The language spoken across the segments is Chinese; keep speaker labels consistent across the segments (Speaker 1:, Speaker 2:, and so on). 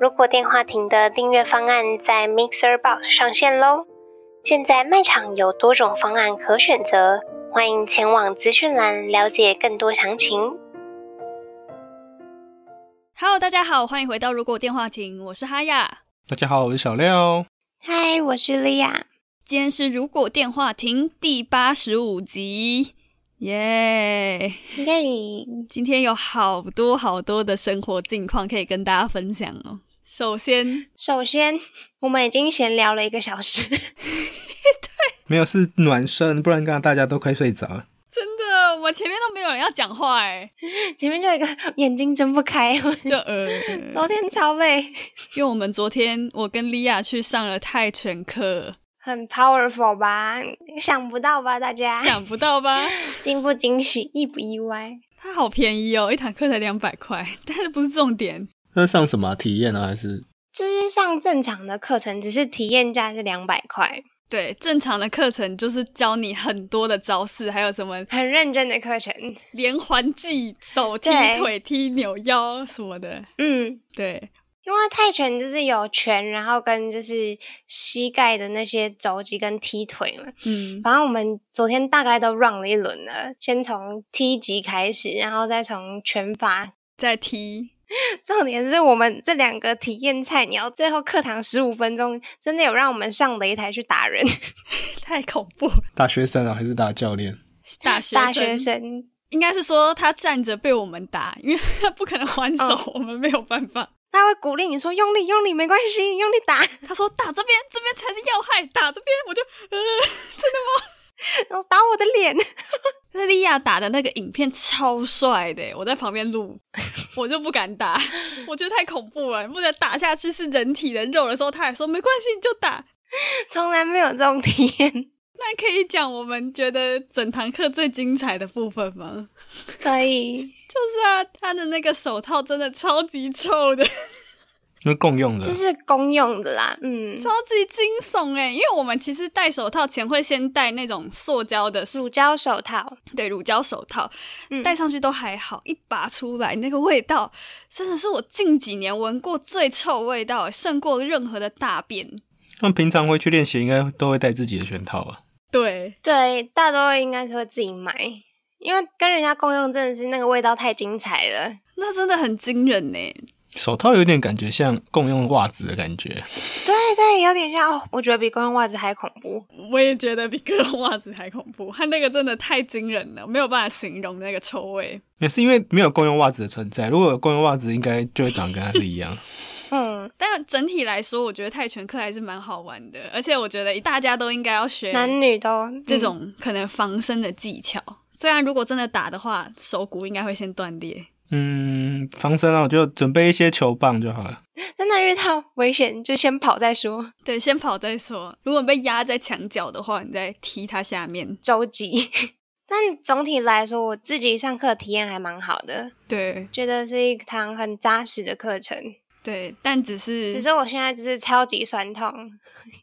Speaker 1: 如果电话亭的订阅方案在 Mixer Box 上线喽。现在卖场有多种方案可选择，欢迎前往资讯栏了解更多详情。
Speaker 2: Hello，大家好，欢迎回到《如果电话亭》，我是哈雅。
Speaker 3: 大家好，我是小廖。
Speaker 1: 嗨，我是莉亚。
Speaker 2: 今天是《如果电话亭》第八十五集，耶、
Speaker 1: 耶，
Speaker 2: 今天有好多好多的生活近况可以跟大家分享哦。首先，
Speaker 1: 首先我们已经闲聊了一个小时，
Speaker 3: 没有是暖身，不然刚刚大家都快睡着了。
Speaker 2: 真的，我前面都没有人要讲话哎，
Speaker 1: 前面就有一个 眼睛睁不开，
Speaker 2: 就呃，
Speaker 1: 昨天超累，
Speaker 2: 因为我们昨天我跟莉亚去上了泰拳课，
Speaker 1: 很 powerful 吧？想不到吧，大家
Speaker 2: 想不到吧？
Speaker 1: 惊不惊喜，意不意外？
Speaker 2: 它好便宜哦，一堂课才两百块，但是不是重点，
Speaker 3: 那上什么啊体验呢？还是
Speaker 1: 就是上正常的课程，只是体验价是两百块，
Speaker 2: 对，正常的课程就是教你很多的招式，还有什么
Speaker 1: 很认真的课程。
Speaker 2: 连环技、手踢
Speaker 1: 对、
Speaker 2: 腿踢、扭腰什么的。
Speaker 1: 嗯，
Speaker 2: 对，
Speaker 1: 因为泰拳就是有拳，然后跟就是膝盖的那些肘击跟踢腿嘛。
Speaker 2: 嗯，
Speaker 1: 反正我们昨天大概都 run 了一轮了，先从踢级开始，然后再从拳法。
Speaker 2: 在踢，
Speaker 1: 重点是我们这两个体验菜鸟，最后课堂十五分钟，真的有让我们上擂台去打人。
Speaker 2: 太恐怖了。
Speaker 3: 大学生啊，还是大教练？
Speaker 2: 大学
Speaker 1: 大
Speaker 2: 生
Speaker 1: 学生，
Speaker 2: 应该是说他站着被我们打，因为他不可能还手，
Speaker 1: 哦
Speaker 2: 我们没有办法。
Speaker 1: 他会鼓励你说用力用力，没关系，用力打。
Speaker 2: 他说打这边，这边才是要害，打这边我就呃，真的吗？
Speaker 1: 然后打我的脸，
Speaker 2: 那莉亚打的那个影片超帅的，我在旁边录，我就不敢打，我觉得太恐怖了。不然打下去是人体的肉的时候，他还说没关系，你就打。
Speaker 1: 从来没有这种体验。
Speaker 2: 那可以讲我们觉得整堂课最精彩的部分吗？
Speaker 1: 可以，
Speaker 2: 就是啊，他的那个手套真的超级臭的，
Speaker 3: 因为共用的
Speaker 1: 这，是公用的啦。嗯，
Speaker 2: 超级惊悚哎！因为我们其实戴手套前会先戴那种塑胶的
Speaker 1: 乳胶手套，
Speaker 2: 对乳胶手套，
Speaker 1: 嗯
Speaker 2: 戴上去都还好，一拔出来那个味道真的是我近几年闻过最臭味道，胜过任何的大便。
Speaker 3: 他们平常会去练习，应该都会带自己的拳套吧？
Speaker 2: 对，
Speaker 1: 对，大多应该是会自己买，因为跟人家共用真的是那个味道太精彩了。
Speaker 2: 那真的很惊人呢。
Speaker 3: 手套有点感觉像共用袜子的感觉，
Speaker 1: 对对，有点像哦，我觉得比公用袜子还恐怖。
Speaker 2: 我也觉得比割袜子还恐怖，它那个真的太惊人了，没有办法形容那个臭味。
Speaker 3: 也是因为没有共用袜子的存在。如果有共用袜子，应该就会长得跟它是一样。
Speaker 1: 嗯，
Speaker 2: 但整体来说，我觉得泰拳课还是蛮好玩的，而且我觉得大家都应该要学
Speaker 1: 男女都
Speaker 2: 这、种可能防身的技巧。虽然如果真的打的话，手骨应该会先断裂。
Speaker 3: 嗯，防身啊，我就准备一些球棒就好了。
Speaker 1: 嗯真的遇到危险就先跑再说，
Speaker 2: 对，先跑再说。如果你被压在墙角的话，你再踢它下面。
Speaker 1: 着急。 但总体来说，我自己上课体验还蛮好的，
Speaker 2: 对
Speaker 1: 觉得是一堂很扎实的课程。
Speaker 2: 对，但只是
Speaker 1: 只是我现在就是超级酸痛，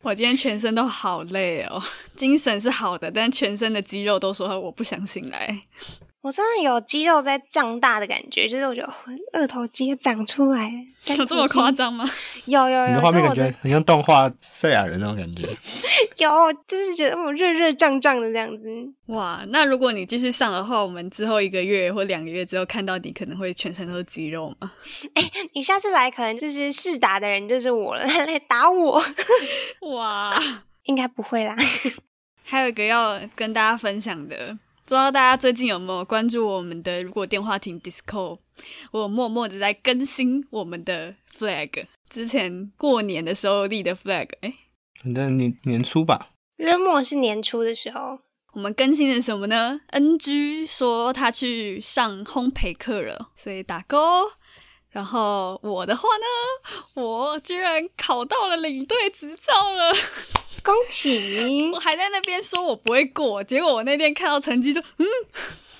Speaker 2: 我今天全身都好累哦，精神是好的，但全身的肌肉都说我不想醒来。
Speaker 1: 我真的有肌肉在胀大的感觉，就是我觉得哦二头肌也长出来了，三
Speaker 2: 有这么
Speaker 1: 头肌
Speaker 2: 夸？张吗？
Speaker 1: 有有有，
Speaker 3: 啊你的画面
Speaker 1: 这
Speaker 3: 感
Speaker 1: 我
Speaker 3: 觉
Speaker 1: 的
Speaker 3: 很像动画赛亚人那种感觉。
Speaker 1: 有，就是觉得我热热胀胀的这样子。
Speaker 2: 哇，那如果你继续上的话，我们之后一个月或两个月之后看到你，可能会全身都是肌肉嘛？
Speaker 1: 你下次来可能就是试打的人就是我了， 他来打我，
Speaker 2: 哇，
Speaker 1: 应该不会啦。
Speaker 2: 还有一个要跟大家分享的，不知道大家最近有没有关注我们的？如果电话亭 Disco，我有默默的在更新我们的 flag。之前过年的时候立的 flag，哎，
Speaker 3: 反正年年初吧，
Speaker 1: 约莫是年初的时候，
Speaker 2: 我们更新了什么呢？NG 说他去上烘焙课了，所以打勾。然后我的话呢，我居然考到了领队执照了，
Speaker 4: 恭喜
Speaker 2: 我！还在那边说我不会过，结果我那天看到成绩就嗯，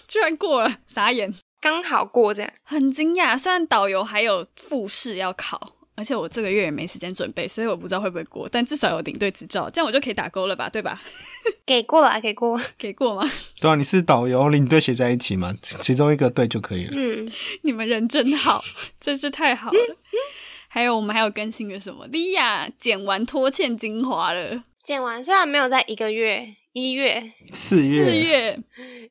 Speaker 2: 居然过了，傻眼。
Speaker 1: 刚好过这样。
Speaker 2: 很惊讶，虽然导游还有复试要考，而且我这个月也没时间准备，所以我不知道会不会过，但至少有领队执照，这样我就可以打勾了吧，对吧？
Speaker 1: 给过了，给过。
Speaker 2: 给过吗？
Speaker 3: 对啊，你是导游领队写在一起嘛，其其中一个对就可以了。
Speaker 1: 嗯，
Speaker 2: 你们人真好，真是太好了。还有我们还有更新了什么？莉亚剪完拖欠精华了，
Speaker 1: 剪完虽然没有在一个月，一月
Speaker 3: 四月
Speaker 2: 四月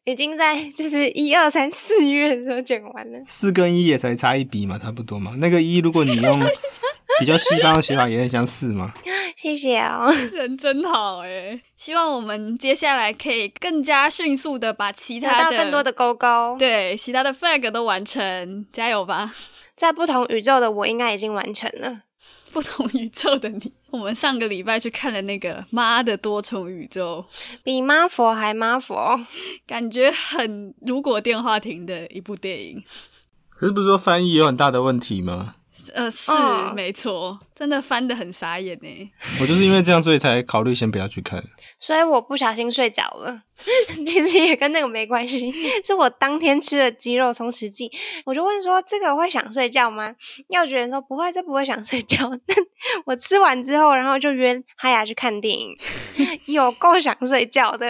Speaker 1: 已经在就是一二三四月的时候剪完了。
Speaker 3: 四跟一也才差一笔嘛，差不多嘛。那个一如果你用 比较西方的写法，也很像四嘛。
Speaker 1: 谢谢哦。
Speaker 2: 人真好哎、希望我们接下来可以更加迅速的把其
Speaker 1: 得
Speaker 2: 他
Speaker 1: 到
Speaker 2: 的
Speaker 1: 更多的勾勾，
Speaker 2: 对其他的 flag 都完成，加油吧！
Speaker 1: 在不同宇宙的我应该已经完成了。
Speaker 2: 不同宇宙的你。 我们上个礼拜去看了那个《妈的多重宇宙
Speaker 1: 比妈佛还妈佛，》，
Speaker 2: 感觉很如果电话亭的一部电影。
Speaker 3: 可是不是说翻译有很大的问题吗？
Speaker 2: 呃，是、
Speaker 1: 嗯
Speaker 2: 没错，真的翻的很傻眼欸呢。
Speaker 3: 我就是因为这样，所以才考虑先不要去看。
Speaker 1: 所以我不小心睡着了。 其实也跟那个没关系， 是我当天吃的鸡肉充实剂。我就问说这个会想睡觉吗？药局人说不会，这不会想睡觉。 但我吃完之后，然后就约哈雅去看电影， 有够想睡觉的。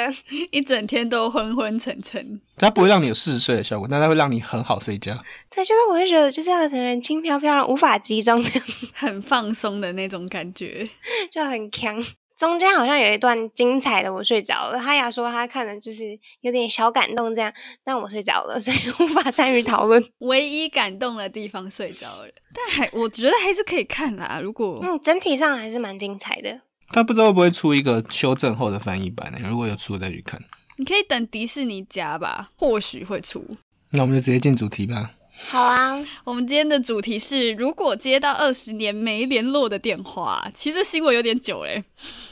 Speaker 2: 一整天都昏昏沉沉，
Speaker 3: 它不会让你有嗜睡的效果，但它会让你很好睡觉。
Speaker 1: 对，就是我会觉得就是要整个人轻飘飘，无法集中的，
Speaker 2: 很放松的那种感觉。
Speaker 1: 就很强。中间好像有一段精彩的，我睡着了。哈雅说她看的就是有点小感动这样，但我睡着了，所以无法参与讨论。
Speaker 2: 唯一感动的地方睡着了，但还我觉得还是可以看啦。如
Speaker 3: 哦
Speaker 2: 果、
Speaker 1: 嗯，整体上还是蛮精彩的。
Speaker 3: 它不知道会不会出一个修正后的翻译版呢、如果有出，我再去看。
Speaker 2: 你可以等迪士尼加吧，或许会出。
Speaker 3: 那我们就直接进主题吧。
Speaker 1: 好啊，
Speaker 2: 我们今天的主题是：如果接到二十年没联络的电话，其实这新闻有点久欸嘞。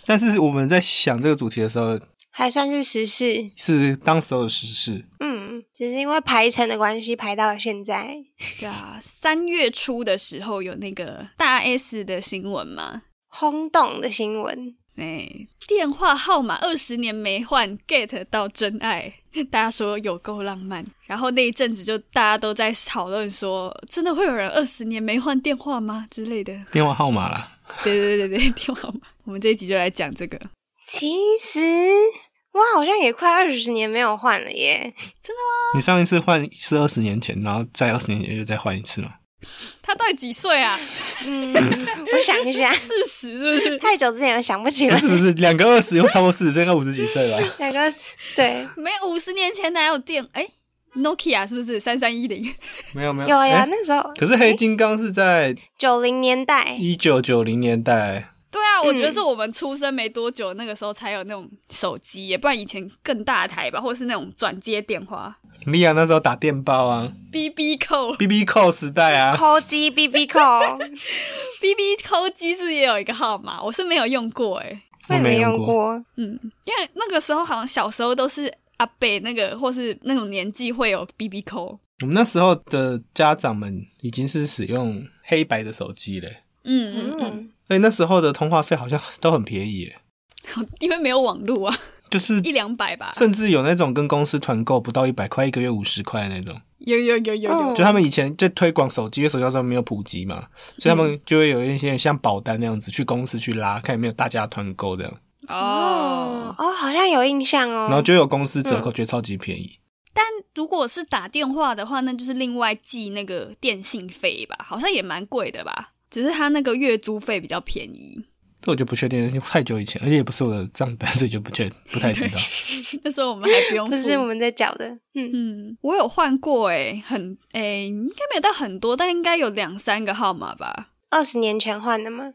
Speaker 3: 但是我们在想这个主题的时候，
Speaker 1: 还算是时事。
Speaker 3: 是当时候的时事。
Speaker 1: 嗯，只是因为排程的关系排到了现在。
Speaker 2: 对啊，三月初的时候有那个大 S 的新闻嘛，
Speaker 1: 轰动的新闻，
Speaker 2: 哎、电话号码二十年没换，get 到真爱， 大家说有够浪漫。然后那一阵子就大家都在讨论说，真的会有人二十年没换电话吗之类的？
Speaker 3: 电话号码啦，
Speaker 2: 对对对对对， 电话号码。我们这一集就来讲这个，
Speaker 1: 其实我好像也快二十年没有换了耶。
Speaker 3: 你上一次换是二十年前，然后再二十年前又再换一次 嘛？
Speaker 2: 他到底几岁啊？
Speaker 1: 嗯，我想一下，
Speaker 2: 四十是不是？
Speaker 1: 太久之前我想不起
Speaker 3: 不
Speaker 1: 来。
Speaker 3: 是不是，两个二十又超过四十，应该五十几岁 吧？
Speaker 1: 两个对，
Speaker 2: 没五十年前哪有电？哎、n o k i a 是不是三三一零？
Speaker 3: 没有没有
Speaker 1: 有呀、
Speaker 3: 哎
Speaker 1: 那时候
Speaker 3: 可是黑金刚是在
Speaker 1: 九零年代，
Speaker 3: 一九九零年代，
Speaker 2: 对啊，我觉得是我们出生没多久那个时候才有那种手机耶，不然以前更大台吧，或是那种转接电话
Speaker 3: 莉亚那时候打电报啊
Speaker 2: ，B B 扣
Speaker 3: ，B B 扣时代啊，
Speaker 1: 扣机 B B 扣，
Speaker 2: ，B B 扣机是不是也有一个号码，我是没有用过哎，
Speaker 1: 我也
Speaker 3: 没
Speaker 1: 没
Speaker 3: 用
Speaker 1: 用
Speaker 3: 过
Speaker 1: 过。
Speaker 2: 嗯，因为那个时候好像小时候都是阿北那个或是那种年纪会有 B B 扣，
Speaker 3: 我们那时候的家长们已经是使用黑白的手机嘞，
Speaker 2: 嗯嗯嗯，
Speaker 1: 嗯，
Speaker 3: 所以那时候的通话费好像都很便宜耶，
Speaker 2: 因为没有网络啊，
Speaker 3: 就是
Speaker 2: 一两百吧，
Speaker 3: 甚至有那种跟公司团购不到一百块，一个月五十块的那种。
Speaker 2: 有有有有有，
Speaker 1: 嗯
Speaker 3: 就他们以前在推广手机，因为手机那时候没有普及嘛，
Speaker 2: 嗯
Speaker 3: 所以他们就会有一些像保单那样子去公司去拉，看有没有大家团购这样，
Speaker 1: 哦哦，好像有印象哦。
Speaker 3: 然后就有公司折
Speaker 2: 嗯
Speaker 3: 扣，觉得超级便宜。
Speaker 2: 如果是打电话的话，那就是另外寄那个电信费吧，好像也蛮贵的吧。只是它那个月租费比较便宜，
Speaker 3: 这我就不确定，因为太久以前，而且也不是我的账单，所以就不确不 太知道。
Speaker 2: 那时候我们还不用付。
Speaker 1: 不是我们在缴的，嗯，
Speaker 2: 嗯，我有换过诶、很诶、应该没有到很多，但应该有两三个号码吧，
Speaker 1: 二十年前换的吗？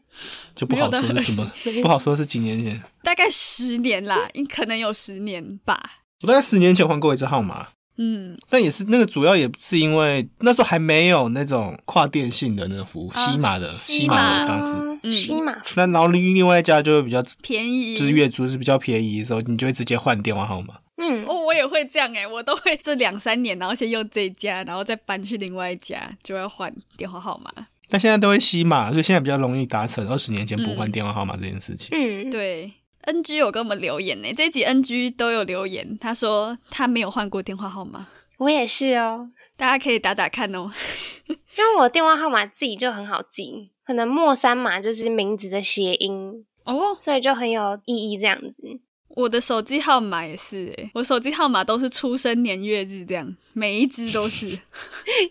Speaker 3: 就不好说
Speaker 2: 没有到
Speaker 3: 是什么
Speaker 1: 没，事
Speaker 3: 不好说是几年前。
Speaker 2: 大概十年啦，应可能有十年吧。
Speaker 3: 我大概十年前换过一次号码，
Speaker 2: 嗯，
Speaker 3: 但也是那个主要也是因为那时候还没有那种跨电信的那个服务，
Speaker 2: 啊
Speaker 3: 西马的
Speaker 2: 西
Speaker 3: 西马
Speaker 2: 马
Speaker 3: 的这样子。
Speaker 1: 啊西马
Speaker 3: 那然后另另外一家就会比较，就
Speaker 2: 便宜。
Speaker 3: 是月租是比较便宜的时候，你就会直接换电话号码。
Speaker 1: 嗯，
Speaker 2: 哦，我也会这样哎、我都会这两三年，然后先用这一家，然后再搬去另外一家，就要换电话号码。
Speaker 3: 但现在都会吸码，所以现在比较容易达成二十年
Speaker 2: 嗯
Speaker 3: 前不换电话号码这件事情。
Speaker 1: 嗯，
Speaker 2: 对，NG 有跟我们留言呢、这一集 NG 都有留言，他说他没有换过电话号码，
Speaker 1: 我也是哦。
Speaker 2: 大家可以打打看 哦。
Speaker 1: 因为我电话号码自己就很好记，可能末三码就是名字的谐音，
Speaker 2: 哦，
Speaker 1: 所以就很有意义这样子。
Speaker 2: 我的手机号码也是诶、我手机号码都是出生年月日这样，每一只都 是。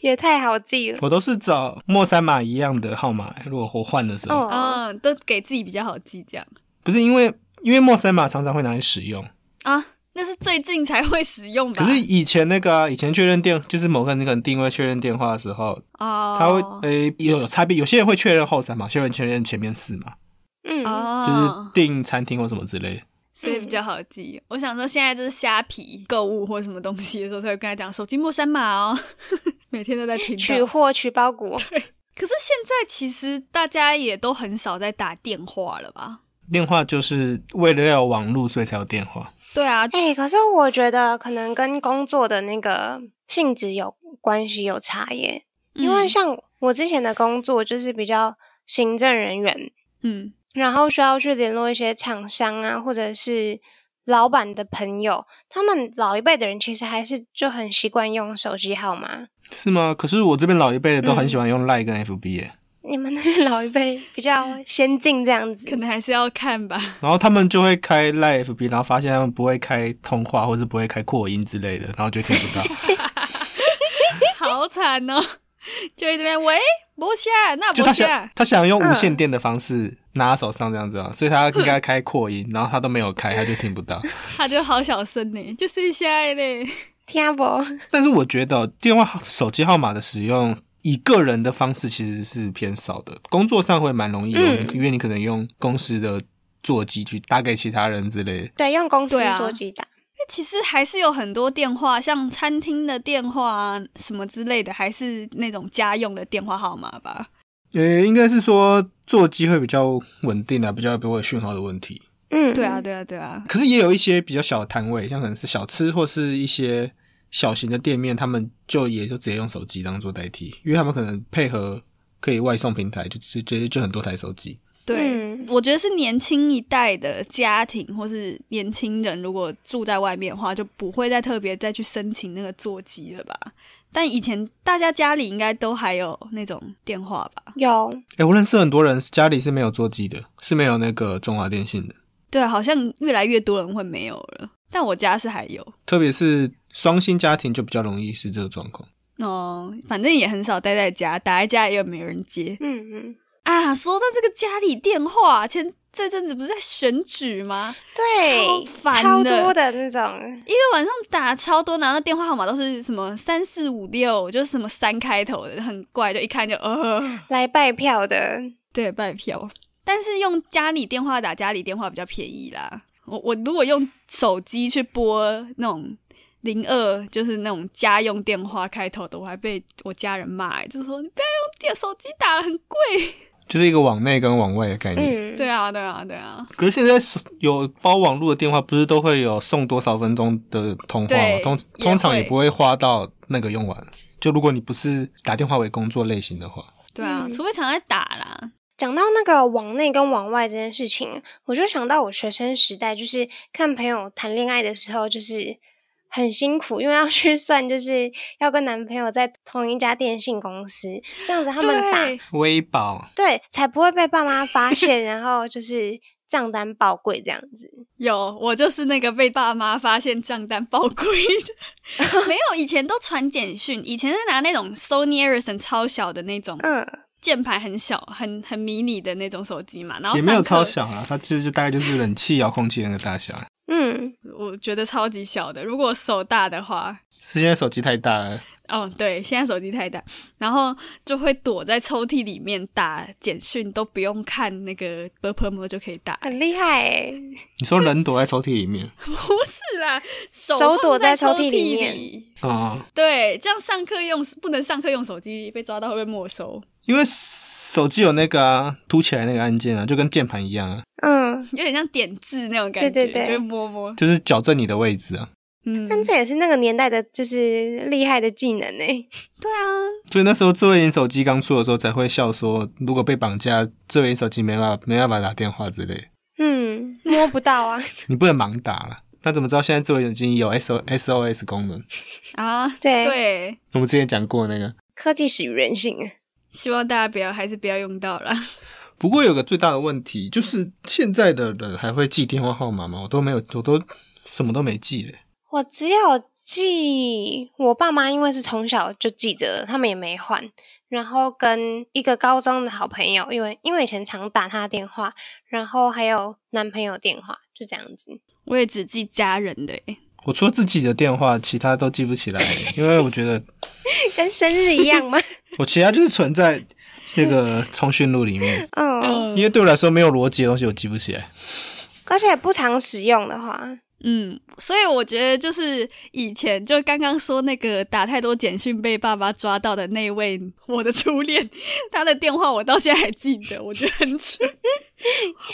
Speaker 1: 也太好记了。
Speaker 3: 我都是找莫三码一样的号码，如果我换的时候，
Speaker 1: 哦，
Speaker 2: 嗯，都给自己比较好记这样
Speaker 3: 不是因为因为莫三码常常会拿来使用，
Speaker 2: 啊。那是最近才会使用吧？
Speaker 3: 可是以前那个、啊、以前确认电就是某个那个人定位确认电话的时候，
Speaker 2: 哦，
Speaker 3: 他会诶、有有差别，有些人会确认后三码，有些人确认前面四码，
Speaker 1: 嗯，
Speaker 3: 就是
Speaker 2: 哦，
Speaker 3: 订餐厅或什么之类的。
Speaker 2: 所以比较好记。我想说，现在就是虾皮购物或什么东西的时候，才会跟他讲手机莫删码哦。 每天都在听到。
Speaker 1: 取货取包裹，
Speaker 2: 可是现在其实大家也都很少在打电话了吧？
Speaker 3: 电话就是为了要有网络，所以才有电话。
Speaker 2: 对啊，
Speaker 1: 哎、可是我觉得可能跟工作的那个性质有关系，有差耶。
Speaker 2: 嗯
Speaker 1: 因
Speaker 3: 嗯
Speaker 1: 为像我之前的工作就是比较行政人员，
Speaker 2: 嗯
Speaker 1: 然后需要去联络一些厂商啊，或者是老板的朋友，他们老一辈的人其实还是就很习惯用手机号码。
Speaker 3: 是吗？可是我这边老一辈的都
Speaker 2: 嗯
Speaker 3: 很喜欢用 Line 跟 FB 耶、
Speaker 1: 你们那边老一辈比 较先进这样
Speaker 2: 嗯，可
Speaker 1: 子，
Speaker 2: 能还是要看 吧。
Speaker 3: 然后他们就会开 Line FB，然后发现他们不会开通话，或是不会开扩音之类的，然后就听不到。
Speaker 2: 好惨哦！就在这边喂，博夏，那
Speaker 3: 就
Speaker 2: 博
Speaker 3: 他想
Speaker 2: 夏，
Speaker 3: 他想用无线电的方式拿手上这样子啊，所以他应该开扩音，然后他都没有开，他就听不到。
Speaker 2: 他就好小声呢，就是现在嘞。
Speaker 1: 听不？
Speaker 3: 但是我觉得电话号手机号码的使用。以个人的方式其实是偏少的，工作上会蛮容易用，
Speaker 1: 嗯
Speaker 3: 因为你可能用公司的座机去打给其他人之类的。
Speaker 1: 对，用公司
Speaker 2: 对啊
Speaker 1: 座机打。
Speaker 2: 其实还是有很多电话，像餐厅的电话啊什么之类的，还是那种家用的电话号码吧。
Speaker 3: 呃，应该是说座机会比较稳定啊，比较不会有讯号的问题。
Speaker 1: 嗯，
Speaker 2: 对啊，对啊，对啊。
Speaker 3: 可是也有一些比较小的摊位，像可能是小吃或是一些小型的店面，他们就也就直接用手机当做代替，因为他们可能配合可以外送平台，就直接就很多台手机。
Speaker 2: 对，
Speaker 1: 嗯
Speaker 2: 我觉得是年轻一代的家庭或是年轻人，如果住在外面的话，就不会再特别再去申请那个座机了吧？但以前大家家里应该都还有那种电话吧？
Speaker 1: 嗯有，
Speaker 3: 哎、我认识很多人家里是没有座机的，是没有那个中华电信的，
Speaker 2: 对，好像越来越多人会没有了，但我家是还有。
Speaker 3: 特别是双薪家庭就比较容易是这个状况。
Speaker 2: 哦，反正也很少待在家，打在家也没人接
Speaker 1: 嗯嗯，
Speaker 2: 啊。说到这个家里电话，前这阵子不是在选举吗？超
Speaker 1: 对，
Speaker 2: 烦
Speaker 1: 超
Speaker 2: 的
Speaker 1: 多的那种，
Speaker 2: 一个晚上打超多，然后电话号码都是什么三四五六，就是什么三开头的，很怪，就一看就呃，
Speaker 1: 来拜票的，
Speaker 2: 对，拜票。但是用家里电话打家里电话比较便宜啦。我我如果用手机去拨那种零二，就是那种家用电话开头的，我还被我家人骂、欸，就说你不要用电手机打，很贵。
Speaker 3: 就是一个往内跟往外的概念，
Speaker 1: 嗯，
Speaker 2: 对啊，对啊，对啊，
Speaker 3: 可是现在手有包网络的电话，不是都会有送多少分钟的通话吗
Speaker 2: 对？
Speaker 3: 通
Speaker 2: 也
Speaker 3: 通常也
Speaker 2: 会
Speaker 3: 不会花到那个用完。就如果你不是打电话为工作类型的话，
Speaker 2: 对啊，
Speaker 1: 嗯
Speaker 2: 除非常在打啦。
Speaker 1: 讲到那个往内跟往外这件事情，我就想到我学生时代，就是看朋友谈恋爱的时候，就是很辛苦，因为要去算，就是要跟男朋友在同一家电信公司，这样子他们打，
Speaker 2: 对
Speaker 3: 微保
Speaker 1: 对，才不会被爸妈发现，然后就是账单爆贵这样子。
Speaker 2: 有，我就是那个被爸妈发现账单爆贵的。 没有，以前都传简讯，以前是拿那种 Sony Ericsson 超小的那种，
Speaker 1: 嗯，
Speaker 2: 键盘很小、很很迷你的那种手机嘛。然后
Speaker 3: 也没有
Speaker 2: 上课
Speaker 3: 超，小啊，它其实就大概就是冷气遥控器那个大小。
Speaker 1: 嗯，
Speaker 2: 我觉得超级小的。如果手大的话，
Speaker 3: 是现在手机太大了，
Speaker 2: 哦，对，现在手机太大，然后就会躲在抽屉里面打简讯，都不用看那个 b p m 就可以打。
Speaker 1: 很厉害、欸，
Speaker 3: 你说人躲在抽屉里面
Speaker 2: 不是啦，
Speaker 1: 手
Speaker 2: 手
Speaker 1: 躲
Speaker 2: 放
Speaker 1: 在
Speaker 2: 抽
Speaker 1: 抽屉里
Speaker 2: 里
Speaker 1: 面
Speaker 2: 嗯
Speaker 3: 啊、
Speaker 2: 对，这样上课用不能上课用手机，被抓到会被没收。
Speaker 3: 因为手机有那个啊凸起来那个按键啊，就跟键盘一样啊，
Speaker 1: 嗯，
Speaker 2: 有点像点字那种感觉，
Speaker 1: 对对对
Speaker 2: 就会摸摸。
Speaker 3: 就是矫正你的位置啊。
Speaker 2: 嗯，
Speaker 1: 但这也是那个年代的，就是厉害的技能呢、欸
Speaker 2: 对啊，
Speaker 3: 所以那时候智慧型手机刚出的时候，才会笑说，如果被绑架，智慧型手机没办法没办法打电话之类，
Speaker 1: 嗯，摸不到啊。
Speaker 3: 你不能盲打了。那怎么知道现在智慧型手机有 S O S O S 功能？
Speaker 2: 啊，
Speaker 1: 对
Speaker 2: 对，
Speaker 3: 我们之前讲过那个。
Speaker 1: 科技始于人性啊。
Speaker 2: 希望大家不要还是不要用到了。
Speaker 3: 不过有个最大的问题，就是现在的人还会记电话号码吗？我都没有，我都什么都没记嘞。
Speaker 1: 我只有记我爸妈，因为是从小就记着，他们也没换。然后跟一个高中的好朋友，因为因为以前常打他的电话，然后还有男朋友电话，就这样子。
Speaker 2: 我也只记家人的、欸，
Speaker 3: 我除了自己的电话，其他都记不起来，因为我觉得
Speaker 1: 跟生日一样 吗？
Speaker 3: 我其他就是存在那个通讯录里面，
Speaker 1: 嗯，
Speaker 3: 因为对我来说没有逻辑的东西我记不起来。
Speaker 1: 而且不常使用的话，
Speaker 2: 嗯，所以我觉得就是以前就刚刚说那个打太多简讯被爸爸抓到的那位我的初恋，他的电话我到现在还记得，我觉得很蠢，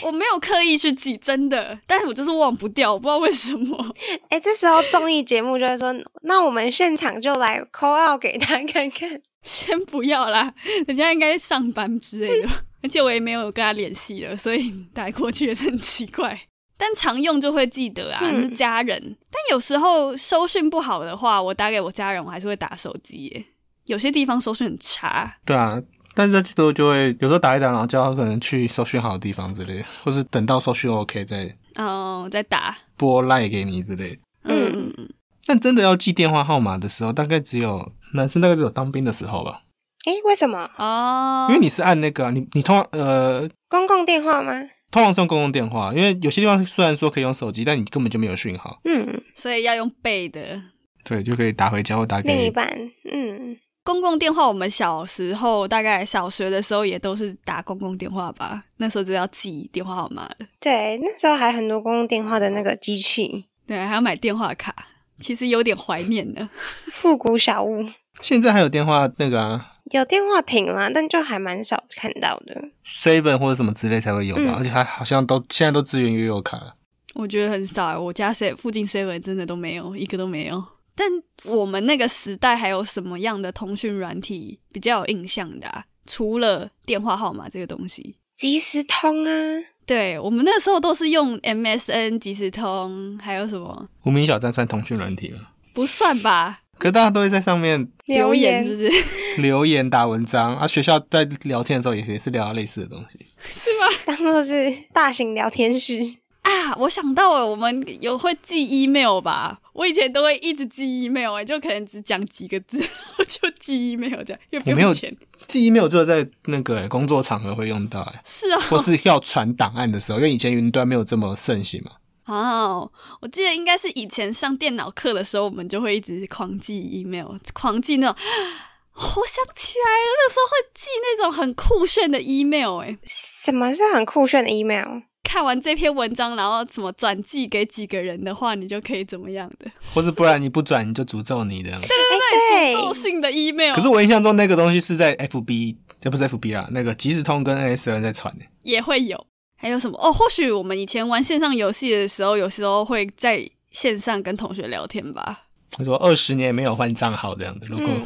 Speaker 2: 我没有刻意去记，真的，但是我就是忘不掉，我不知道为什么。
Speaker 1: 哎，这时候综艺节目就会说，那我们现场就来 call out 给他看看。
Speaker 2: 先不要啦，人家应该上班之类的 吧，而且我也没有跟他联系了，所以打过去也是很奇怪。 但常用就会记得啊，
Speaker 1: 嗯
Speaker 2: 是家人。但有时候收讯不好的话，我打给我家人，我还是会打手机耶。有些地方收讯很差，
Speaker 3: 对啊，但是这时候就会有时候打一打，然后叫他可能去搜寻好的地方之类的，或是等到搜寻 OK 再
Speaker 2: 嗯，我在打，
Speaker 3: 拨赖给你之类的。
Speaker 2: 嗯，嗯
Speaker 3: 但真的要记电话号码的时候，大概只有男生大概只有当兵的时候吧，
Speaker 1: 哎，为什么？
Speaker 2: 哦，
Speaker 3: 因为你是按那个啊、你你通常呃
Speaker 1: 公共电话吗？
Speaker 3: 通常是用公用电话，因为有些地方虽然说可以用手机，但你根本就没有讯号，
Speaker 1: 嗯，
Speaker 2: 所以要用背的。
Speaker 3: 对，就可以打回家或打
Speaker 1: 另一
Speaker 3: 给
Speaker 1: 半，嗯，
Speaker 2: 公共电话，我们小时候大概小学的时候也都是打公共电话吧，那时候就要记电话号码了，
Speaker 1: 对，那时候还很多公共电话的那个机器，
Speaker 2: 对，还要买电话卡，其实有点怀念呢。
Speaker 1: 复古小物，
Speaker 3: 现在还有电话那个啊
Speaker 1: 有电话亭啦，但就还蛮少看到的。
Speaker 3: seven 或者什么之类才会有吧，
Speaker 1: 嗯
Speaker 3: 而且还好像都现在都支援悠游卡了。
Speaker 2: 我觉得很少欸，我家 C 附近 seven 真的都没有一个都没有。但我们那个时代还有什么样的通讯软体比较有印象的、啊？除了电话号码这个东西，
Speaker 1: 即时通啊，
Speaker 2: 对我们那时候都是用 MSN、即时通，还有什么
Speaker 3: 无名小站算通讯软体了，
Speaker 2: 不算吧？
Speaker 3: 可大家都会在上面
Speaker 2: 留
Speaker 1: 言
Speaker 2: 言是 不是？
Speaker 3: 留言打文章啊，学校在聊天的时候也也是聊类似的东西。
Speaker 2: 是吗？
Speaker 1: 当做是大型聊天室，
Speaker 2: 啊，我想到了，我们有会寄 email 吧？我以前都会一直寄 email，、欸、就可能只讲几个字，我就寄 email 这样，又不
Speaker 3: 我没有
Speaker 2: 用钱。
Speaker 3: 记忆没有只有在那个、工作场合会用到、欸，
Speaker 2: 是哦，
Speaker 3: 或是要传档案的时候，因为以前云端没有这么盛行嘛。
Speaker 2: 哦，我记得应该是以前上电脑课的时候，我们就会一直狂寄 email，狂寄那种。我想起来了，那时候会寄那种很酷炫的 email，哎、
Speaker 1: 什么是很酷炫的 email？
Speaker 2: 看完这篇文章，然后怎么转寄给几个人的话，你就可以怎么样的
Speaker 3: 或是不然你不转你就诅咒你这样。
Speaker 1: 哎、
Speaker 2: 诅
Speaker 1: 对，
Speaker 2: 咒性的 email，啊
Speaker 3: 可是我印象中那个东西是在 FB，这不是 FB 啦，那个即时通跟 NSN 在传的、
Speaker 2: 也会有。还有什么？哦，或许我们以前玩线上游戏的时候，有时候会在线上跟同学聊天吧。
Speaker 3: 他说二十年没有换账号这样的，如果
Speaker 1: 嗯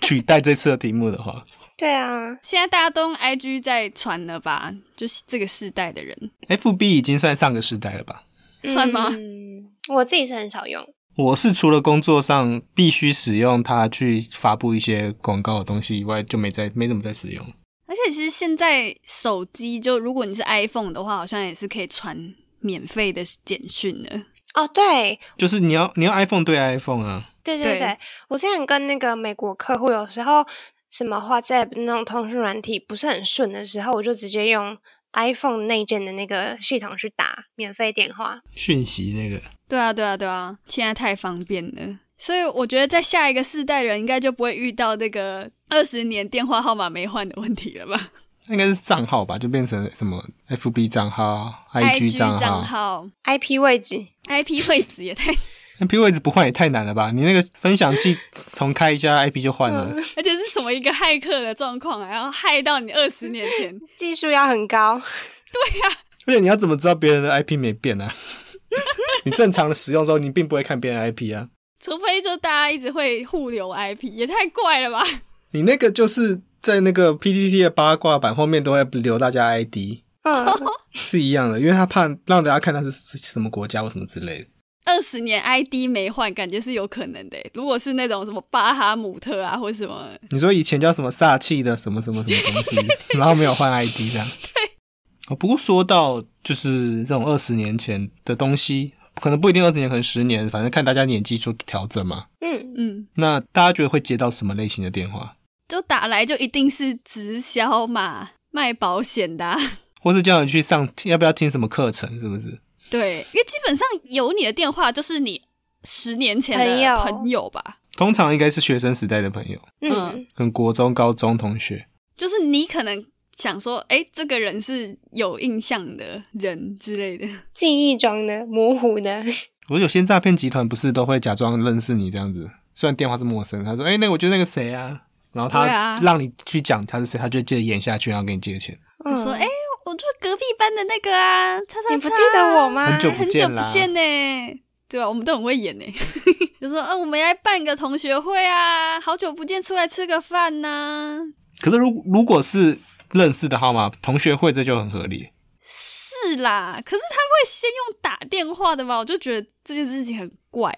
Speaker 3: 取代这次的题目的话，
Speaker 1: 对啊，
Speaker 2: 现在大家都用 IG 在传了吧？就是这个世代的人，
Speaker 3: FB 已经算上个时代了吧？
Speaker 2: 算吗
Speaker 1: 嗯，我自己是很少用，
Speaker 3: 我是除了工作上必须使用它去发布一些广告的东西以外，就没在没怎么在使用。
Speaker 2: 而且其实现在手机就如果你是 iPhone 的话，好像也是可以传免费的简讯的。
Speaker 1: 哦，对，
Speaker 3: 就是你要你要 iPhone 对 iPhone 啊，
Speaker 1: 对
Speaker 2: 对
Speaker 1: 对对，我之前跟那个美国客户有时候什么 WhatsApp 那种通讯软体不是很顺的时候，我就直接用 iPhone 内建的那个系统去打免费电话。
Speaker 3: 讯息那个
Speaker 2: 对啊，对啊，对啊，现在太方便了。所以我觉得，在下一个世代人应该就不会遇到那个二十年电话号码没换的问题了吧
Speaker 3: 那应该是账号吧，就变成什么 FB 账号、IG 账
Speaker 2: 账
Speaker 3: 号。啊
Speaker 2: 号
Speaker 1: IP 位置，
Speaker 2: IP 位置也太，
Speaker 3: IP 位置不换也太难了吧？你那个分享器重开一下 IP 就换了，
Speaker 2: 而且是什么一个骇客的状况啊，然后害到你二十年 前。
Speaker 1: 技术要很高，
Speaker 3: 而且你要怎么知道别人的 IP 没变啊？ 你正常的使用之后，你并不会看别人 IP 啊。
Speaker 2: 除非就大家一直会互留 IP，也太怪了吧？
Speaker 3: 你那个就是在那个 PTT 的八卦版后面都会留大家 ID，
Speaker 1: 嗯，
Speaker 3: 是一样的，因为他怕让大家看他是什么国家或什么之类的。
Speaker 2: 二十年 ID 没换，感觉是有可能的欸。如果是那种什么巴哈姆特啊，或什么，
Speaker 3: 你说以前叫什么煞气的什么什么什么东西，然后没有换 ID 这样。哦，不过说到就是这种二十年前的东西，可能不一定二十年，可能十年，反正看大家年纪做调整嘛。
Speaker 1: 嗯，
Speaker 2: 嗯，
Speaker 3: 那大家觉得会接到什么类型的电话，
Speaker 2: 就打来就一定是直销嘛，卖保险的啊、
Speaker 3: 或是叫你去上要不要听什么课程，是不是？
Speaker 2: 对，因为基本上有你的电话就是你十年前
Speaker 1: 朋友
Speaker 2: 的朋友吧，
Speaker 3: 通常应该是学生时代的朋友，
Speaker 1: 嗯，
Speaker 3: 跟国中、高中同学。
Speaker 2: 就是你可能想说，哎，这个人是有印象的人之类的。
Speaker 1: 记忆中的模糊的，
Speaker 3: 我有些诈骗集团不是都会假装认识你这样子，虽然电话是陌生，他说：“哎、那个我就是那个谁啊。”然后
Speaker 2: 对
Speaker 3: 他
Speaker 2: 啊
Speaker 3: 让你去讲他是谁，他就接着演下去，然后给你借钱。
Speaker 2: 我说，哎，我就是隔壁班的那个啊，叉
Speaker 1: 嗯
Speaker 2: 叉叉，哎
Speaker 1: 你不记得我吗
Speaker 3: 很？久
Speaker 2: 很久
Speaker 3: 见啦
Speaker 2: 不见呢、对啊吧、我们都很会演呢、 就说，嗯、我们来办个同学会啊，好久不见，出来吃个饭呐、
Speaker 3: 可是如如果是认识的号码，同学会这就很合理。
Speaker 2: 是啦，可是他会先用打电话的吧？我就觉得这件事情很怪，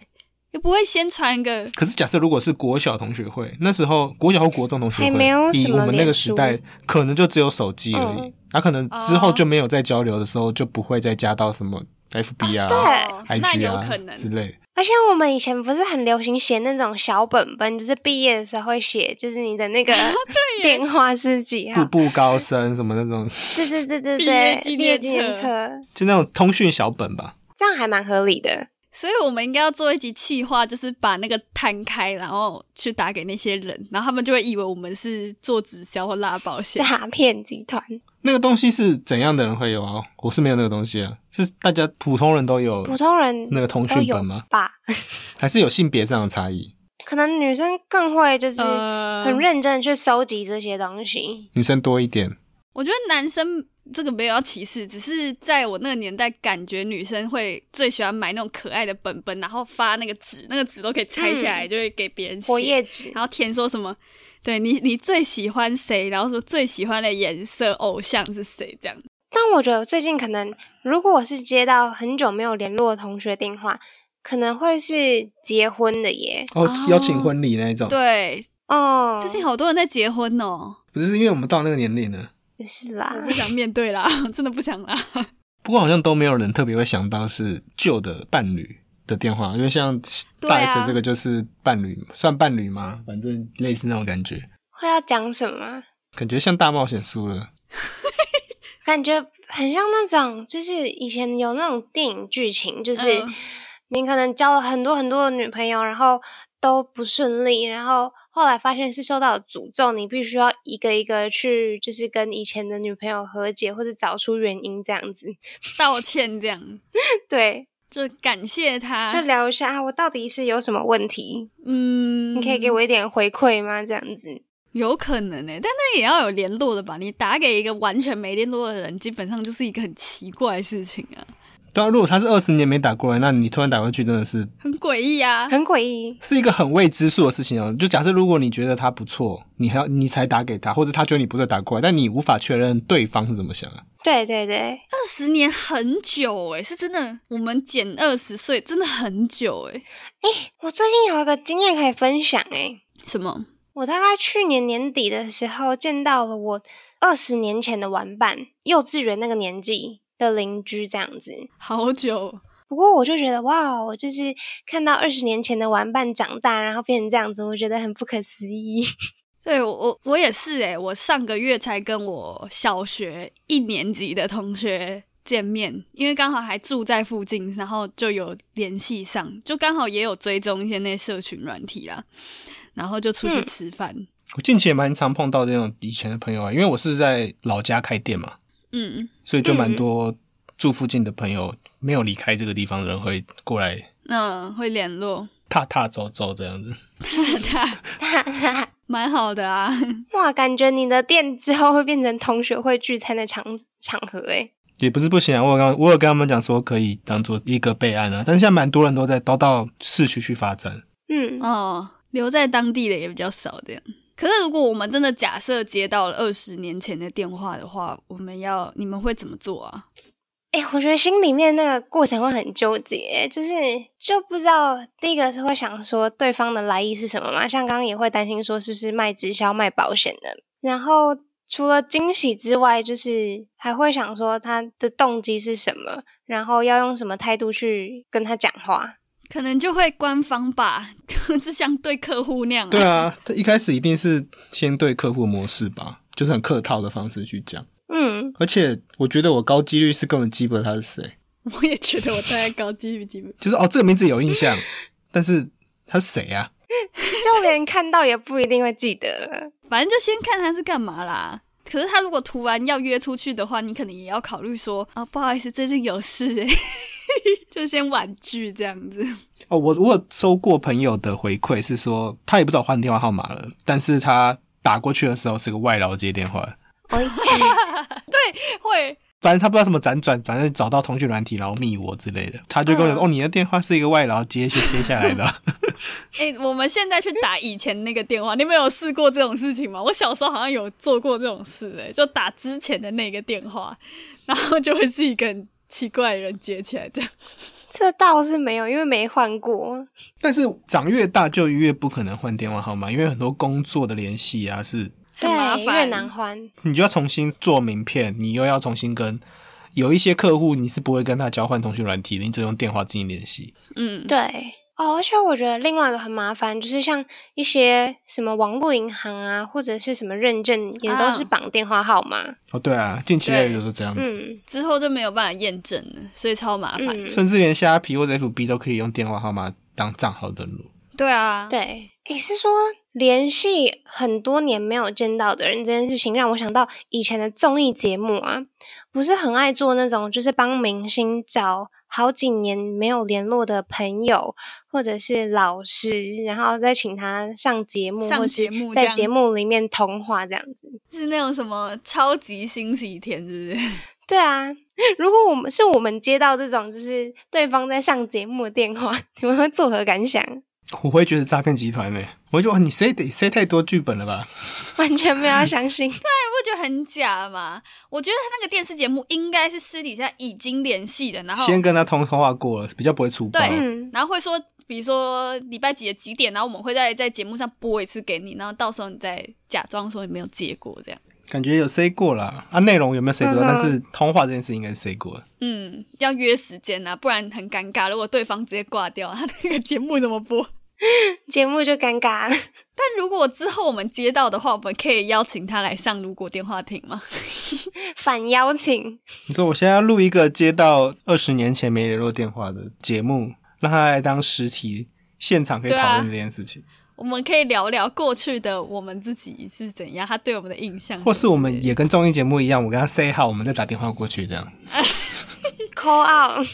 Speaker 2: 又不会先传个
Speaker 3: 可是假设如果是国小同学会，那时候国小或国中同学会，
Speaker 1: 还没有
Speaker 3: 以
Speaker 1: 什么
Speaker 3: 我们那个
Speaker 1: 脸
Speaker 3: 时
Speaker 1: 书
Speaker 3: 代，可能就只有手机而已
Speaker 1: 嗯。
Speaker 3: 他、可能之后就没有再交流的时候，就不会再加到什么 FB 啊、
Speaker 1: 哎
Speaker 2: 哦
Speaker 3: IG 啊
Speaker 2: 那有可能
Speaker 3: 之类。
Speaker 1: 而且我们以前不是很流行写那种小本本，就是毕业的时候会写，就是你的 那个电话是几
Speaker 3: 步
Speaker 1: 号？
Speaker 3: 步高升什么那种，
Speaker 1: 对对对对
Speaker 2: 毕业
Speaker 1: 对，
Speaker 2: 纪
Speaker 1: 毕业
Speaker 2: 念
Speaker 1: 纪念
Speaker 2: 册
Speaker 1: 册，
Speaker 3: 就那种通讯小本吧。
Speaker 1: 这样还蛮合理的。
Speaker 2: 所以我们应该要做一集企划，就是把那个摊开，然后去打给那些人，然后他们就会以为我们是做直销或拉保险。
Speaker 1: 诈骗集团，
Speaker 3: 那个东西是怎样的人会有啊？我是没有那个东西啊，是大家普通人都有
Speaker 1: 普通人
Speaker 3: 那个通
Speaker 1: 都
Speaker 3: 讯
Speaker 1: 有
Speaker 3: 本吗？
Speaker 1: 吧？
Speaker 3: 还是有性别上的差异？
Speaker 1: 可能女生更会就是
Speaker 2: 呃
Speaker 1: 很认真地去收集这些东西。
Speaker 3: 女生多一点，
Speaker 2: 我觉得男生这个没有要歧视，只是在我那个年代，感觉女生会最喜欢买那种可爱的本本，然后发那个纸，那个纸都可以拆下
Speaker 1: 嗯
Speaker 2: 来，就会给别人写
Speaker 1: 活，页纸，
Speaker 2: 然后填说什么，对你你最喜欢谁，然后说最喜欢的颜色、偶像是谁这样。
Speaker 1: 但我觉得最近可能，如果我是接到很久没有联络的同学电话，可能会是结婚的耶。
Speaker 3: 哦
Speaker 2: 哦，
Speaker 3: 邀请婚礼那一种，
Speaker 2: 对，
Speaker 1: 哦，
Speaker 2: 最近好多人在结婚哦，
Speaker 3: 不是是因为我们到那个年龄了。
Speaker 1: 也是
Speaker 2: 我
Speaker 1: 啦
Speaker 2: 不，想面对啦， 我真的不想啦。
Speaker 3: 不过好像都没有人特别会想到是旧的伴侣的电话，因为像
Speaker 2: 对
Speaker 3: 大
Speaker 2: 啊
Speaker 3: S 这个就是伴侣，算伴侣吗？反正类似那种感觉，
Speaker 1: 会要讲什么啊？
Speaker 3: 感觉像大冒险输了。
Speaker 1: 感觉很像那种，就是以前有那种电影剧情，就是
Speaker 2: 嗯
Speaker 1: 你可能交了很多很多的女朋友，然后都不顺利，然后后来发现是受到诅咒，你必须要一个一个去，就是跟以前的女朋友和解，或者找出原因这样子。
Speaker 2: 道歉这样，
Speaker 1: 对，
Speaker 2: 就感谢他
Speaker 1: 就。聊一下啊，我到底是有什么问题？
Speaker 2: 嗯，
Speaker 1: 你可以给我一点回馈吗？这样子，
Speaker 2: 有可能呢、欸但那也要有联络的吧？你打给一个完全没联络的人，基本上就是一个很奇怪的事情啊，
Speaker 3: 对啊，如果他是二十年没打过来，那你突然打过去，真的是
Speaker 2: 很诡异啊。
Speaker 1: 很诡异。
Speaker 3: 是一个很未知数的事情哦。就假设如果你觉得他不错，你还要你才打给他，或者他觉得你不错打过来，但你无法确认对方是怎么想啊。
Speaker 1: 对对对，
Speaker 2: 二十年很久哎、是真的，我们减二十岁真的很久哎、
Speaker 1: 我最近有一个经验可以分享诶、
Speaker 2: 什么？
Speaker 1: 我大概去年年底的时候见到了我二十年前的玩伴，幼稚园那个年纪的邻居这样子。
Speaker 2: 好久？
Speaker 1: 不过我就觉得哇，哦我就是看到二十年前的玩伴长大，然后变成这样子，我觉得很不可思议。
Speaker 2: 对我我我也是哎、我上个月才跟我小学一年级的同学见面，因为刚好还住在附近，然后就有联系上，就刚好也有追踪一些那社群软体啦，然后就出去
Speaker 1: 嗯
Speaker 2: 吃饭。
Speaker 3: 我近期也蛮常碰到这种以前的朋友啊，因为我是在老家开店嘛，
Speaker 2: 嗯
Speaker 3: 所以就蛮多住附近的朋友没有离开这个地方的人会过来
Speaker 2: 嗯，会联络，
Speaker 3: 踏踏走走这样子。
Speaker 2: 蛮好的啊。
Speaker 1: 哇，感觉你的店之后会变成同学会聚餐的场场合诶、
Speaker 3: 也不是不行啊。我有刚我有跟他们讲说可以当做一个备案啊，但是现在蛮多人都在都到市区去发展。
Speaker 1: 嗯，
Speaker 2: 哦，留在当地的也比较少这样。可是如果我们真的假设接到了二十年前的电话的话，我们要你们会怎么做啊？
Speaker 1: 哎、我觉得心里面那个过程会很纠结，哎就是就不知道第一个是会想说对方的来意是什么嘛，像刚刚也会担心说是不是卖直销、卖保险的，然后除了惊喜之外，就是还会想说他的动机是什么，然后要用什么态度去跟他讲话。
Speaker 2: 可能就会官方吧， 就是像对客户那样、
Speaker 3: 对啊，他一开始一定是先对客户模式吧，就是很客套的方式去讲。
Speaker 1: 嗯，
Speaker 3: 而且我觉得我高几率是根本记不得他是谁，
Speaker 2: 我也觉得我大概高级不记不
Speaker 3: 就是哦这个名字有印象，但是他是谁啊？
Speaker 1: 就连看到也不一定会记得了。
Speaker 2: 反正就先看他是干嘛啦。可是他如果突然要约出去的话，你可能也要考虑说啊，不好意思，最近有事哎、 就先婉拒这样子。
Speaker 3: 哦，我我有收过朋友的回馈是说，他也不知道换电话号码了，但是他打过去的时候是个外劳接电话，
Speaker 1: 哦，
Speaker 2: 会
Speaker 3: 反正他不知道什么辗转，反正找到通讯软体然后密我之类的，他就跟我说、
Speaker 1: 嗯
Speaker 3: 哦，你的电话是一个外劳接接接下来的 啊，
Speaker 2: 哎、我们现在去打以前那个电话，你们有试过这种事情吗？我小时候好像有做过这种事哎、就打之前的那个电话，然后就会是一个很奇怪的人接起来这样。
Speaker 1: 这倒是没有，因为没换过。
Speaker 3: 但是长越大就越不可能换电话号码，因为很多工作的联系啊是
Speaker 2: 很麻
Speaker 1: 对
Speaker 2: 烦
Speaker 1: 越难换。
Speaker 3: 你就要重新做名片，你又要重新跟有一些客户，你是不会跟他交换通讯软体的，你只用电话进行联系。
Speaker 2: 嗯，
Speaker 1: 对哦，而且我觉得另外一个很麻烦，就是像一些什么网络银行啊，或者是什么认证，也都是
Speaker 2: 啊
Speaker 1: 绑电话号码。
Speaker 3: 哦，对啊，近期类的都这样子，
Speaker 1: 嗯，
Speaker 2: 之后就没有办法验证了，所以超麻烦。
Speaker 1: 嗯
Speaker 3: 甚至连虾皮或者 FB 都可以用电话号码当账号登录。
Speaker 2: 对啊，
Speaker 1: 对。你是说联系很多年没有见到的人这件事情，让我想到以前的综艺节目啊，不是很爱做那种，就是帮明星找好几年没有联络的朋友或者是老师，然后再请他上节目，
Speaker 2: 上
Speaker 1: 或是
Speaker 2: 节目这
Speaker 1: 在
Speaker 2: 样
Speaker 1: 节目里面通话这样子。
Speaker 2: 是那种什么超级星期天，是不是？
Speaker 1: 对啊，如果我们是我们接到这种就是对方在上节目的电话， 你们会作何感想？
Speaker 3: 我会觉得诈骗集团呢、我会觉得哇你塞得塞太多剧本了吧？
Speaker 1: 完全没有要相信。
Speaker 2: 不觉得很假吗？我觉得他那个电视节目应该是私底下已经联系的，然后
Speaker 3: 先跟他通通话过了，比较不会出包。
Speaker 2: 对
Speaker 1: 嗯，
Speaker 2: 然后会说，比如说礼拜几的几点，然后我们会在在节目上播一次给你，然后到时候你再假装说你没有接过这样。
Speaker 3: 感觉有塞过啦，啊，内容有没有塞过？
Speaker 1: 嗯哼
Speaker 3: 但是通话这件事应该是塞过的。
Speaker 2: 嗯，要约时间啊，不然很尴尬。如果对方直接挂掉，他那个节目怎么 播？
Speaker 1: 节目就尴尬了。
Speaker 2: 但如果之后我们接到的话，我们可以邀请他来上《如果电话亭》吗？
Speaker 1: 反邀请，
Speaker 3: 你说我现在要录一个接到二十年前没联络电话的节目，让他来当实体现场可以
Speaker 2: 对啊
Speaker 3: 讨论这件事情，
Speaker 2: 我们可以聊聊过去的我们自己是怎样，他对我们的印象，
Speaker 3: 或是我们也跟综艺节目一样，我跟他 say 好，我们再打电话过去这样。
Speaker 1: call out。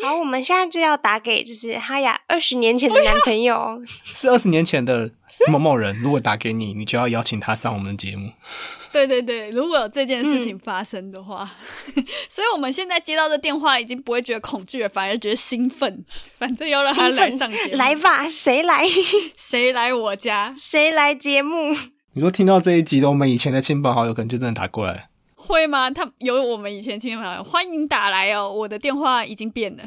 Speaker 1: 好，我们现在就要打给就是哈雅二十年前的男朋友哦，
Speaker 3: 是二十年前的某某人，如果打给你，你就要邀请他上我们的节目。
Speaker 2: 对对对，如果有这件事情发生的话，
Speaker 1: 嗯
Speaker 2: 所以我们现在接到这电话已经不会觉得恐惧了，反而觉得兴奋， 反正要让他
Speaker 1: 兴
Speaker 2: 来上节
Speaker 1: 奋，
Speaker 2: 目，
Speaker 1: 来吧，谁来
Speaker 2: 谁来我家
Speaker 1: 谁来节目？
Speaker 3: 你说听到这一集的我们以前的亲朋好友，可能就真的打过来。
Speaker 2: 会吗？他有我们以前亲朋好友，欢迎打来哦，我的电话已经变了，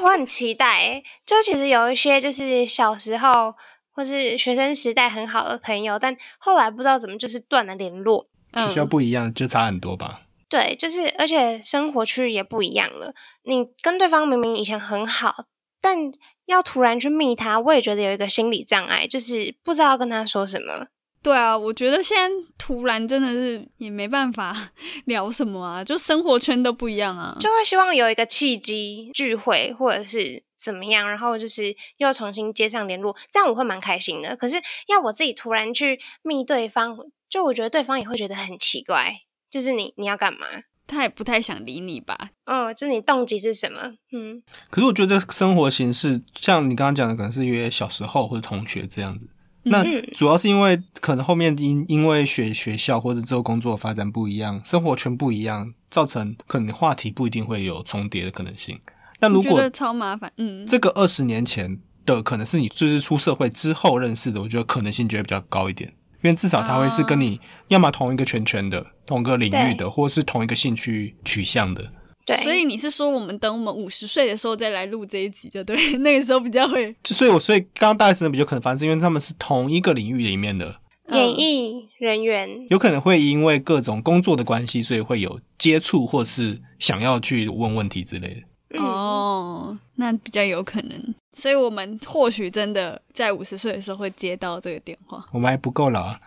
Speaker 1: 我很期待欸，就其实有一些就是小时候或是学生时代很好的朋友，但后来不知道怎么就是断了联络。
Speaker 3: 学校
Speaker 2: 嗯，
Speaker 3: 不一样，就差很多吧。
Speaker 1: 对，就是而且生活区也不一样了。你跟对方明明以前很好，但要突然去密他，我也觉得有一个心理障碍，就是不知道要跟他说什么。
Speaker 2: 对啊，我觉得现在突然真的是也没办法聊什么啊，就生活圈都不一样啊，
Speaker 1: 就会希望有一个契机聚会或者是怎么样，然后就是又重新接上联络，这样我会蛮开心的。可是要我自己突然去密对方，就我觉得对方也会觉得很奇怪，就是你你要干嘛？
Speaker 2: 他也不太想理你吧，
Speaker 1: 嗯，就是你动机是什么？嗯，
Speaker 3: 可是我觉得这生活形式，像你刚刚讲的，可能是约小时候或者同学这样子。
Speaker 2: 嗯
Speaker 3: 那主要是因为可能后面因因为学学校或者之后工作发展不一样，生活圈不一样，造成可能话题不一定会有重叠的可能性。但如
Speaker 2: 我觉
Speaker 3: 果
Speaker 2: 得超麻烦，嗯，
Speaker 3: 这个二十年前的可能是你就是出社会之后认识的，我觉得可能性就会比较高一点，因为至少他会是跟你
Speaker 2: 啊
Speaker 3: 要么同一个圈圈的、同个领域
Speaker 1: 对
Speaker 3: 的，或是同一个兴趣取向的。
Speaker 1: 对，
Speaker 2: 所以你是说我们等我们五十岁的时候再来录这一集，就对， 那个时候比较会
Speaker 3: 就所以我，所以刚刚大学生比较可能发生，是因为他们是同一个领域里面的，
Speaker 2: 嗯
Speaker 1: 演艺人员
Speaker 3: 有可能会因为各种工作的关系，所以会有接触或是想要去问问题之类的。
Speaker 1: 嗯
Speaker 2: 哦，那比较有可能，所以我们或许真的在五十岁的时候会接到这个电话。
Speaker 3: 我们还不够老啊，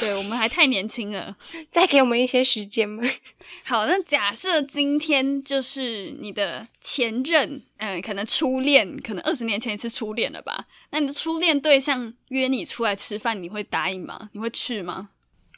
Speaker 2: 对我们还太年轻了。
Speaker 1: 再给我们一些时间嘛。
Speaker 2: 好，那假设今天就是你的前任，嗯、可能初恋，可能二十年前一次初恋了吧？那你的初恋对象约你出来吃饭，你会答应吗？你会去吗？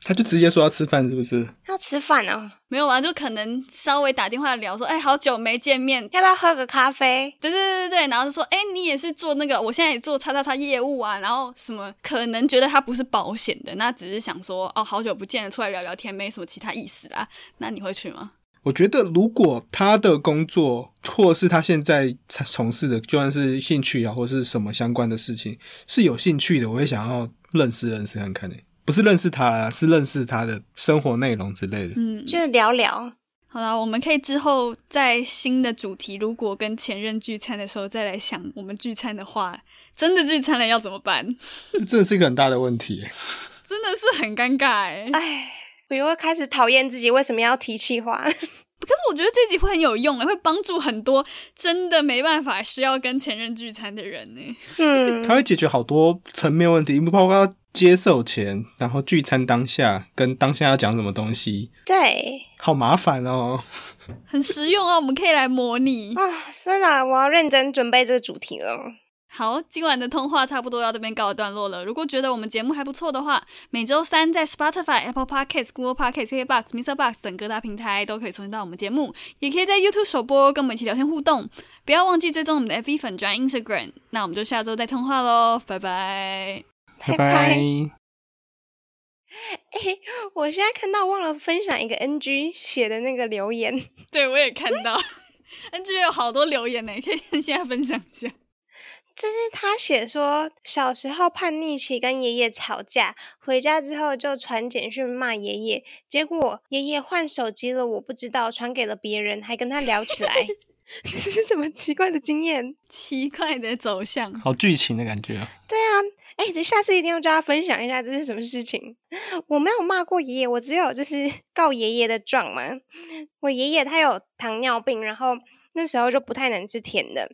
Speaker 3: 他就直接说要吃饭，是不是？
Speaker 1: 要吃饭哦，
Speaker 2: 没有啊，就可能稍微打电话聊说，哎，好久没见面，
Speaker 1: 要不要喝个咖啡？
Speaker 2: 对对对对对，然后就说，哎，你也是做那个，我现在也做叉叉叉业务啊，然后什么，可能觉得他不是保险的，那只是想说，哦，好久不见了，出来聊聊天，没什么其他意思啦。那你会去吗？
Speaker 3: 我觉得，如果他的工作或是他现在从事的，就算是兴趣啊，或是什么相关的事情，是有兴趣的，我也想要认识认识看看呢、不是认识他啦，是认识他的生活内容之类的。
Speaker 2: 嗯，
Speaker 1: 就是聊聊，
Speaker 2: 好啦，我们可以之后在新的主题，如果跟前任聚餐的时候再来想，我们聚餐的话，真的聚餐了要怎么办？
Speaker 3: 这真的是一个很大的问题、欸
Speaker 2: 真的是很尴尬哎、
Speaker 1: 哎，我又会开始讨厌自己为什么要提气话。
Speaker 2: 可是我觉得这集会很有用哎、会帮助很多真的没办法需要跟前任聚餐的人欸呢、
Speaker 1: 嗯
Speaker 3: 他，会解决好多层面问题，包括接受前，然后聚餐当下跟当下要讲什么东西，
Speaker 1: 对
Speaker 3: 好麻烦哦。
Speaker 2: 很实用哦，我们可以来模拟。
Speaker 1: 啊，真的，我要认真准备这个主题 了。哦
Speaker 2: 好，今晚的通话差不多要这边告一段落了。如果觉得我们节目还不错的话，每周三在 Spotify、Apple Podcasts、Google Podcasts、KBox、Mr. Box 等各大平台都可以重新到我们节目，也可以在 YouTube 首播跟我们一起聊天互动。不要忘记追踪我们的 FB 粉专 Instagram。那我们就下周再通话喽，拜拜。
Speaker 3: 拜
Speaker 1: 拜
Speaker 3: 拜。
Speaker 1: 哎我现在看到忘了分享一个 NG 写的那个留言，
Speaker 2: 对我也看到，NG 有好多留言呢，可以现在分享一下。
Speaker 1: 就是他写说小时候叛逆期跟爷爷吵架，回家之后就传简讯骂爷爷，结果爷爷换手机了，我不知道传给了别人，还跟他聊起来。 这是什么奇怪的经验？
Speaker 2: 奇怪的走向，
Speaker 3: 好剧情的感觉哦，
Speaker 1: 对啊，哎、这下次一定要叫他分享一下这是什么事情。我没有骂过爷爷，我只有就是 告爷爷的状嘛。我爷爷他有糖尿病，然后那时候就不太能吃甜的，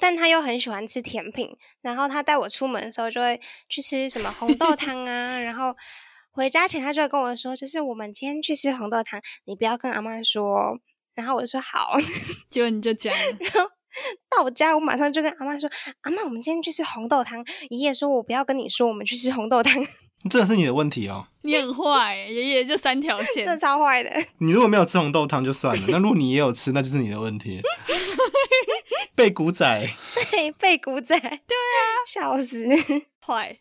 Speaker 1: 但他又很喜欢吃甜品。然后他带我出门的时候，就会去吃什么红豆汤啊，然后。回家前，他就会跟我说：“就是我们今天去吃红豆汤，你不要跟阿妈说哦。”然后我就说：“好。”
Speaker 2: 结果你就讲了。
Speaker 1: 到我家，我马上就跟阿妈说：“阿妈，我们今天去吃红豆汤。”爷爷说：“我不要跟你说，我们去吃红豆汤。
Speaker 3: 这个是你的问题哦。
Speaker 2: 你很坏耶，爷爷就三条” 线
Speaker 1: 真的，超坏的，
Speaker 3: 你如果没有吃红豆汤就算了，那如果你也有吃，那就是你的问 题。被古仔。
Speaker 1: 对，被古仔，对啊，笑死。
Speaker 2: 坏。